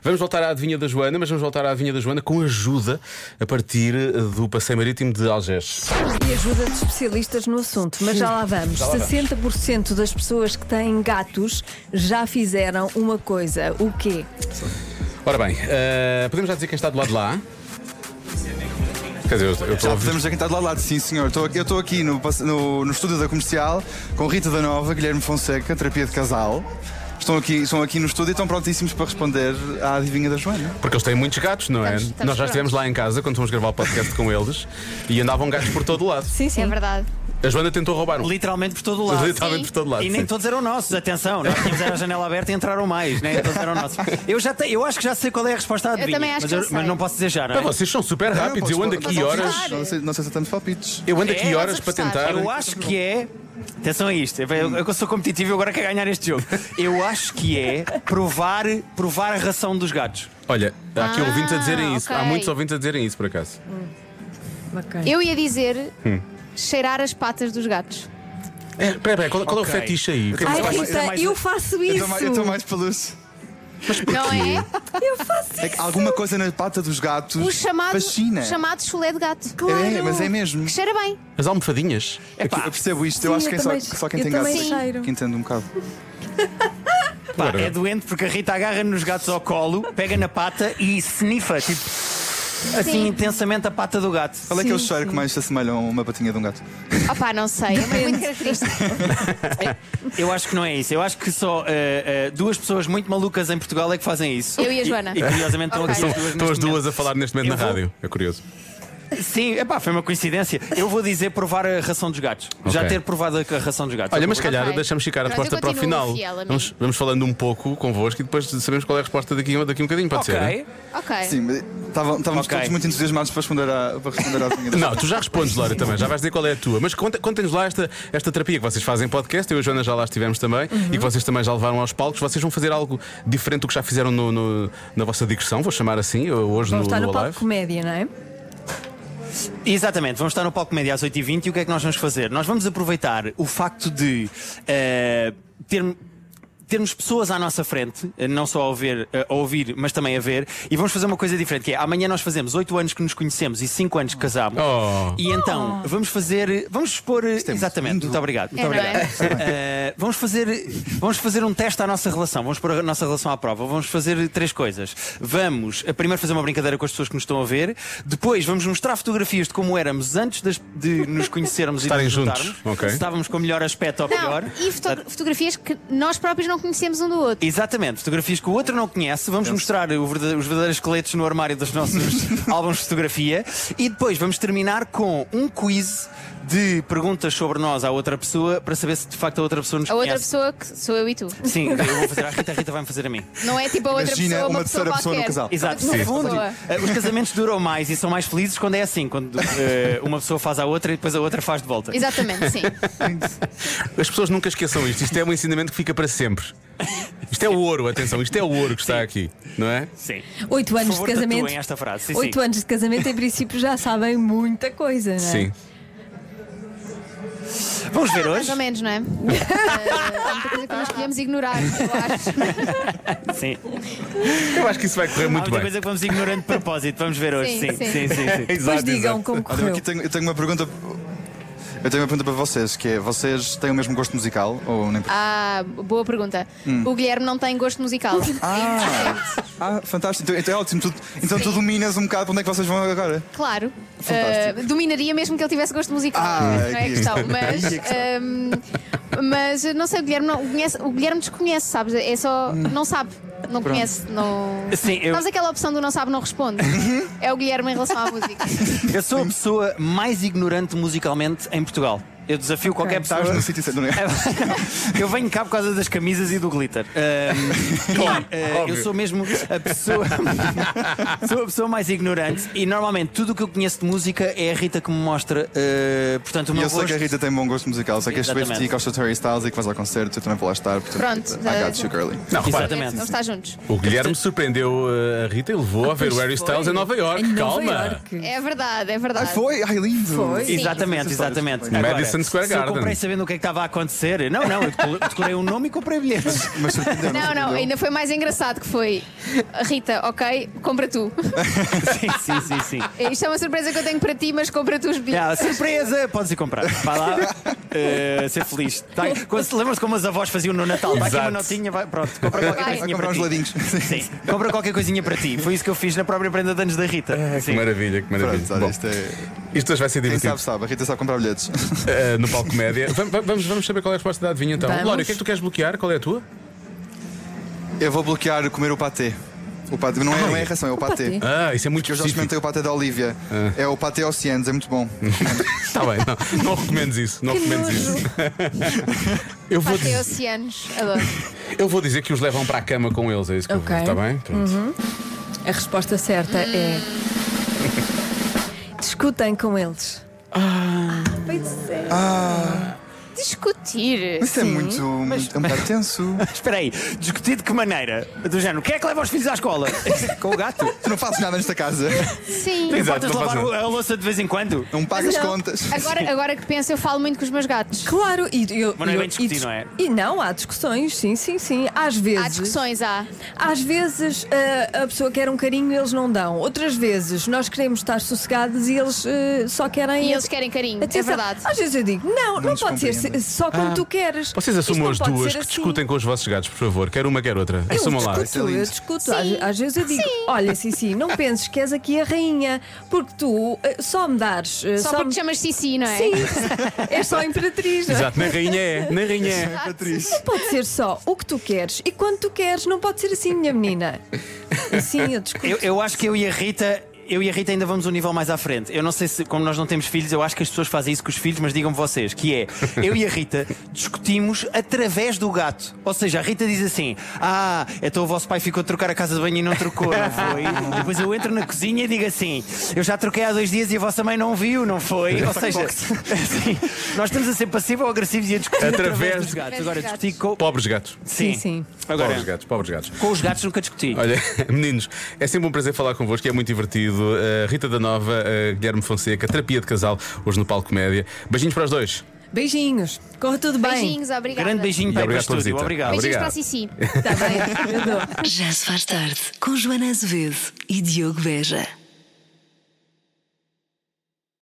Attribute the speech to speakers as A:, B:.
A: Vamos voltar à adivinha da Joana, mas vamos voltar à adivinha da Joana com ajuda a partir eh, do passeio marítimo de Algés.
B: E ajuda de especialistas no assunto, mas já lá vamos. 60% das pessoas que têm gatos já fizeram uma coisa. O quê?
A: Ora bem, eh, podemos já dizer quem está do lado de lá? Quer dizer, eu- eu estou a
C: Já
A: ouvir.
C: Ah, podemos dizer quem está tá do lado de lado, sim senhor. Estou aqui- eu estou aqui no, passe- no- no estúdio da comercial com Rita da Nova, Guilherme Fonseca, terapia de casal. Estão aqui, estão aqui no estúdio e estão prontíssimos para responder à adivinha da Joana.
A: Porque eles têm muitos gatos, não é?
D: Estamos- estamos
A: Nós já estivemos lá em casa quando fomos gravar o podcast com eles e andavam gatos por todo o lado.
B: Sim, sim.
D: É verdade.
A: A Joana tentou roubar um.
E: Literalmente por todo o lado.
A: Literalmente por todo lado.
E: E nem
A: sim.
E: todos eram nossos, atenção. Nós tínhamos era a janela aberta e entraram mais, né? nem todos eram nossos. Eu, já te- eu acho que já sei qual é a resposta à adivinha,
D: também acho
E: mas,
D: que
E: eu-
D: eu sei.
E: mas não posso dizer já, não
A: Pá,
E: é?
A: Ah, vocês são super rápidos, eu ando aqui
D: posso
A: horas.
D: apostar.
C: Não sei, não sei se estamos palpites.
A: Eu ando
E: É,
A: aqui
E: vamos
A: horas para
D: apostar.
A: tentar.
E: Eu acho que é. Atenção a isto, eu, eu, eu sou competitivo e agora quero ganhar este jogo. Eu acho que é provar, provar a ração dos gatos.
A: Olha, há aqui
D: Ah,
A: ouvintes a dizerem isso. Há
D: ok.
A: muitos ouvintes a dizerem isso, por acaso.
B: Ok. É.
D: Eu ia dizer
C: Hum.
D: cheirar as patas dos gatos.
A: É, peraí, peraí, qual, qual é o
E: Ok.
A: fetiche aí?
C: tô-
B: Ai,
C: Era mais-
E: era
B: Rita,
E: mais-
B: eu faço
C: Eu
B: isso.
C: estou mais- eu estou mais pelos.
D: Não é?
B: Eu faço
C: É que alguma coisa na pata dos gatos
D: O chamado,
C: fascina.
D: o chamado chulé de gato.
C: É, mas é mesmo.
D: Que cheira bem.
A: As almofadinhas.
C: É que eu percebo isto, eu
B: Sim,
C: acho
B: eu
C: que é só,
B: também-
C: só quem
B: eu
C: tem gatos
B: também
C: é
B: cheiro.
C: que entende um bocado.
E: Pá,
A: Agora-
E: é doente porque a Rita agarra nos gatos ao colo, pega na pata e sniffa, tipo, assim
D: Sim.
E: intensamente a pata do gato.
C: Qual é que é o
B: Sim,
C: cheiro que
B: sim.
C: mais se assemelha a uma patinha de um gato?
D: Opá, não sei. É muito característico.
E: Eu acho que não é isso. Eu acho que só eh, eh, duas pessoas muito malucas em Portugal é que fazem isso.
D: Eu e a Joana.
E: E, curiosamente estão
D: Ok.
E: aqui
D: São-
E: as duas.
A: Estão
E: neste
A: as duas
E: momento.
A: a falar neste momento
E: Eu
A: na
E: vou-
A: rádio. É curioso.
E: Sim, epá, foi uma coincidência. Eu vou dizer provar a ração dos gatos. Já
A: Ok.
E: ter provado a ração dos gatos.
A: Olha, mas se calhar
D: Ok.
A: deixamos ficar a
D: Pronto,
A: resposta
D: eu
A: para o
D: continuo
A: final.
D: fiel a mim.
A: Vamos, vamos falando um pouco convosco e depois sabemos qual é a resposta daqui, daqui um bocadinho, pode
E: Ok.
A: ser? hein?
D: Ok.
C: Sim, mas estavam- estávamos
E: Ok.
C: todos muito entusiasmados para responder à, para responder à adivinha da
A: Não, tu já respondes, Laura, também. Já vais dizer qual é a tua. Mas conta- conta-nos lá esta, esta terapia que vocês fazem em podcast. Eu e a Joana já lá estivemos também e que vocês também já levaram aos palcos. Vocês vão fazer algo diferente do que já fizeram no- no- na vossa digressão, vou chamar assim, eu- hoje
B: Vamos
A: no,
B: estar
A: no
B: no palco
A: live.
B: de comédia, não é?
E: Exatamente, vamos estar no palco média às 8h20 e o que é que nós vamos fazer? Nós vamos aproveitar o facto de eh, ter- termos pessoas à nossa frente, eh, não só a, ver, eh, a ouvir, mas também a ver, e vamos fazer uma coisa diferente, que é amanhã nós fazemos 8 anos que nos conhecemos e 5 anos que casámos.
A: Oh.
E: E então, vamos fazer. eh, Vamos expor. eh,
C: é muito
E: exatamente,
C: lindo.
E: muito obrigado. Muito
D: É, não
E: obrigado.
D: é?
A: Tá
E: Eh, vamos, fazer, vamos fazer um teste à nossa relação. Vamos pôr a nossa relação à prova. Vamos fazer três coisas. Vamos eh, primeiro fazer uma brincadeira com as pessoas que nos estão a ver. Depois vamos mostrar fotografias de como éramos antes das- de nos conhecermos
A: Estarem
E: e nos
A: juntos,
E: juntarmos.
A: ok.
E: Se estávamos com o É melhor aspecto ou pior.
D: Não, e foto- fotografias que nós próprios não conhecemos um do outro.
E: Exatamente, fotografias que o outro não conhece. Vamos mostrar o verdade- os verdadeiros esqueletos no armário dos nossos álbuns de fotografia. E depois vamos terminar com um quiz de perguntas sobre nós à outra pessoa para saber se de facto a outra pessoa nos
D: A outra
E: conhece.
D: pessoa que sou eu e tu.
E: Sim, eu vou fazer à Rita, a Rita vai-me fazer a mim.
D: Não é tipo a outra
C: Imagina
D: pessoa, uma,
C: uma
D: pessoa
C: terceira pessoa no
D: qualquer.
C: casal.
E: Exato,
D: Outra
E: no fundo,
D: pessoa.
E: eh, os casamentos duram mais e são mais felizes quando é assim, quando eh, uma pessoa faz à outra e depois a outra faz de volta.
D: Exatamente, sim.
A: As pessoas nunca esqueçam isto. Isto é um ensinamento que fica para sempre. Isto é o ouro, atenção, isto é o ouro que está aqui, não é?
E: Sim.
B: Oito anos
E: favor,
B: de casamento.
E: tatuem esta frase. Sim,
B: Oito
E: sim.
B: anos de casamento, em princípio, já sabem muita coisa, não é?
A: Sim.
E: Vamos ver
D: Mais
E: hoje?
D: ou menos, não é? Eh, Há muita coisa que nós podemos ignorar, eu acho.
E: Sim.
A: Eu acho que isso vai correr
E: Há
A: muito
E: muita
A: bem.
E: coisa que vamos ignorando de propósito. Vamos ver hoje.
D: Sim,
E: Sim,
D: sim.
E: sim, sim. sim.
A: Exato,
B: Depois digam
A: exato.
B: como
C: Olha, eu
B: correu.
C: aqui tenho, eu tenho uma pergunta. Eu tenho uma pergunta para vocês, que é: vocês têm o mesmo gosto musical ou nem?
D: Ah, boa pergunta. O Guilherme não tem gosto musical.
C: Hum. Ah, ah, fantástico. Então, então é ótimo. Tu, então tu
D: Sim.
C: dominas um bocado para onde é que vocês vão agora?
D: Claro.
C: Fantástico.
D: Ah, dominaria mesmo que ele tivesse gosto musical.
C: Ah,
D: não é a
C: que-
D: questão. Mas, ahm, mas não sei, o Guilherme, não, conhece, o Guilherme desconhece, sabes? É só.
C: Hum.
D: Não sabe. Não conhece. Não...
E: Sim, eu-
D: Sabes aquela opção do não sabe, não responde?
C: Uhum.
D: é o Guilherme em relação à música.
E: Eu sou a pessoa mais ignorante musicalmente em Portugal. Eu desafio qualquer pessoa.
C: Estás no sítio certo, não é?
E: eu venho cá por causa das camisas e do glitter. Ahm, e, eh,
A: óbvio.
E: eu sou mesmo a pessoa. sou a pessoa mais ignorante e normalmente tudo o que eu conheço de música é a Rita que me mostra. eh, portanto, o
C: E
E: meu
C: eu sei que a
E: gosto-
C: Rita tem um bom gosto musical. Sei que este
E: Exatamente.
C: BFT gosta de Harry Styles e que vais ao concerto. Eu também vou lá estar. Portanto,
D: Pronto,
C: I got you, girly.
A: Não, repara,
E: Exatamente.
D: Não está juntos.
A: o Guilherme surpreendeu eh, a Rita e levou a ver o Harry Styles em Nova York.
B: Em Nova
A: Calma.
B: York.
D: É verdade, é
C: Ai,
D: verdade.
C: foi? Ai, lindo!
B: Foi.
E: Exatamente, exatamente.
A: No
E: Agora,
A: Madison Madison Square
E: Se eu
A: Garden.
E: comprei sabendo o que é que estava a acontecer. Não, não, eu decol- decorei o nome e comprei bilhetes.
C: Mas surpreendeu,
D: Não, não,
C: surpreendeu.
D: ainda foi mais engraçado que foi Rita, ok, compra tu.
E: sim, sim, sim, sim.
D: Isto é uma surpresa que eu tenho para ti, mas compra tu os bilhetes.
E: Ah, surpresa! Podes ir comprar. Vai lá eh, ser feliz. Tá, quando se- Lembram-se como as avós faziam no Natal? Vai aqui uma
A: Exato.
E: notinha, vai, pronto, compra qualquer
D: Vai.
C: Vai
E: coisinha. para
C: comprar uns
E: ti.
C: ladinhos.
E: Sim, compra qualquer coisinha para ti. Foi isso que eu fiz na própria prenda de anos da Rita.
A: Ah, É, Que
E: Sim.
A: maravilha, que maravilha.
C: Pronto, olha,
A: Bom,
C: isto é.
A: isto hoje vai ser
C: Quem
A: divertido
C: sabe, sabe. A Rita sabe comprar bilhetes.
A: eh, no palco comédia. Vamos, vamos, vamos saber qual é a resposta da adivinha então.
B: Vamos.
A: Lório, o que é que tu queres bloquear? Qual é a tua?
C: Eu vou bloquear comer o patê. O patê não é, não é a ração, é o patê.
B: patê.
A: Ah, isso é muito
C: Eu já
A: específico.
C: experimentei o patê da Olivia. É o patê Oceanos, é muito bom.
A: Está Tá bem, não, não recomendes isso. Não
B: Que
A: recomendes
B: nojo.
A: isso. Eu
E: Ah,
A: vou,
D: Patê
A: dizer,
D: oceanos, adoro.
A: eu vou dizer que os levam para a cama com eles, é isso que
B: Ok. Uhum.
A: eu vou. Está bem? Pronto.
B: A resposta certa é. Discutem com eles. Ah, foi de sério.
D: Discutir.
C: Isso é muito. É um bocado tenso.
E: Espera aí, discutir de que maneira? Do género, quem é que leva os filhos à escola? Com o gato?
C: Tu não fazes nada nesta casa.
D: Sim.
A: Exato,
E: Podes
A: não faz
E: lavar
A: nada.
E: a louça de vez em quando?
C: Não pagas
B: Não.
C: contas.
D: Agora, agora que penso, eu falo muito com os meus gatos.
B: Claro, e eu.
E: Mas não é
B: eu-
E: bem discutir,
B: e dis-
E: não é?
B: E não, há discussões, sim, sim, sim. Às vezes.
D: Há discussões, há.
B: Às vezes ah, a pessoa quer um carinho e eles não dão. Outras vezes nós queremos estar sossegados e eles ah, só querem.
D: E eles querem carinho, é
B: Atenção.
D: verdade.
B: Às vezes eu digo, não, não,
C: nos
B: pode ser se-
C: compreendem.
B: só quando tu queres.
A: Ah. Vocês
B: Isto
A: assumam
B: não
A: as
B: pode
A: duas
B: ser
A: que
B: assim.
A: discutem com os vossos gatos, por favor. Quer uma, quer outra.
B: Eu
A: Assumam lá.
C: Isso é
B: discuto,
C: lindo.
B: eu discuto.
D: Sim.
B: Às, às vezes eu digo:
D: Sim.
B: olha, Cici, não penses que és aqui a rainha, porque tu eh, só me dares. eh,
D: Só
B: só
D: porque
B: me...
D: te chamas Cici, não é?
B: Sim, és só a imperatriz. não é?
A: Exato, nem rainha é, nem rainha é.
C: Beatriz.
B: Não pode ser só o que tu queres e quando tu queres, não pode ser assim, minha menina. Assim eu discuto.
E: Eu, eu acho que eu e a Rita. Eu e a Rita ainda vamos um nível mais à frente. Eu não sei se, como nós não temos filhos, eu acho que as pessoas fazem isso com os filhos, mas digam-me vocês, que é, eu e a Rita discutimos através do gato. Ou seja, a Rita diz assim: Ah, então o vosso pai ficou a trocar a casa de banho e não trocou, não foi? Depois eu entro na cozinha e digo assim: Eu já troquei há dois dias e a vossa mãe não viu, não foi? Ou seja, assim, nós estamos a ser passivos ou agressivos e a discutir através,
A: Através
E: dos gatos.
D: dos
E: Agora,
D: gatos.
E: discutir com.
A: Pobres gatos.
E: Sim,
B: Sim, sim.
A: Pobres
E: Agora,
A: gatos, pobres gatos.
E: com os gatos nunca discuti.
A: Olha, meninos, é sempre um prazer falar convosco, é muito divertido. Uh, Rita da Nova, uh, Guilherme Fonseca, terapia de casal, hoje no Palco Comédia. Beijinhos para os dois.
B: Beijinhos, corre tudo bem.
D: Beijinhos, obrigada.
E: Grande beijinho para ir
A: obrigado
E: para o
A: pela
E: estúdio.
A: visita.
E: Obrigado.
D: Beijinhos
A: Obrigado.
D: para a Cici.
B: Está bem, eu dou.
F: Já se faz tarde com Joana Azevedo e Diogo Beja.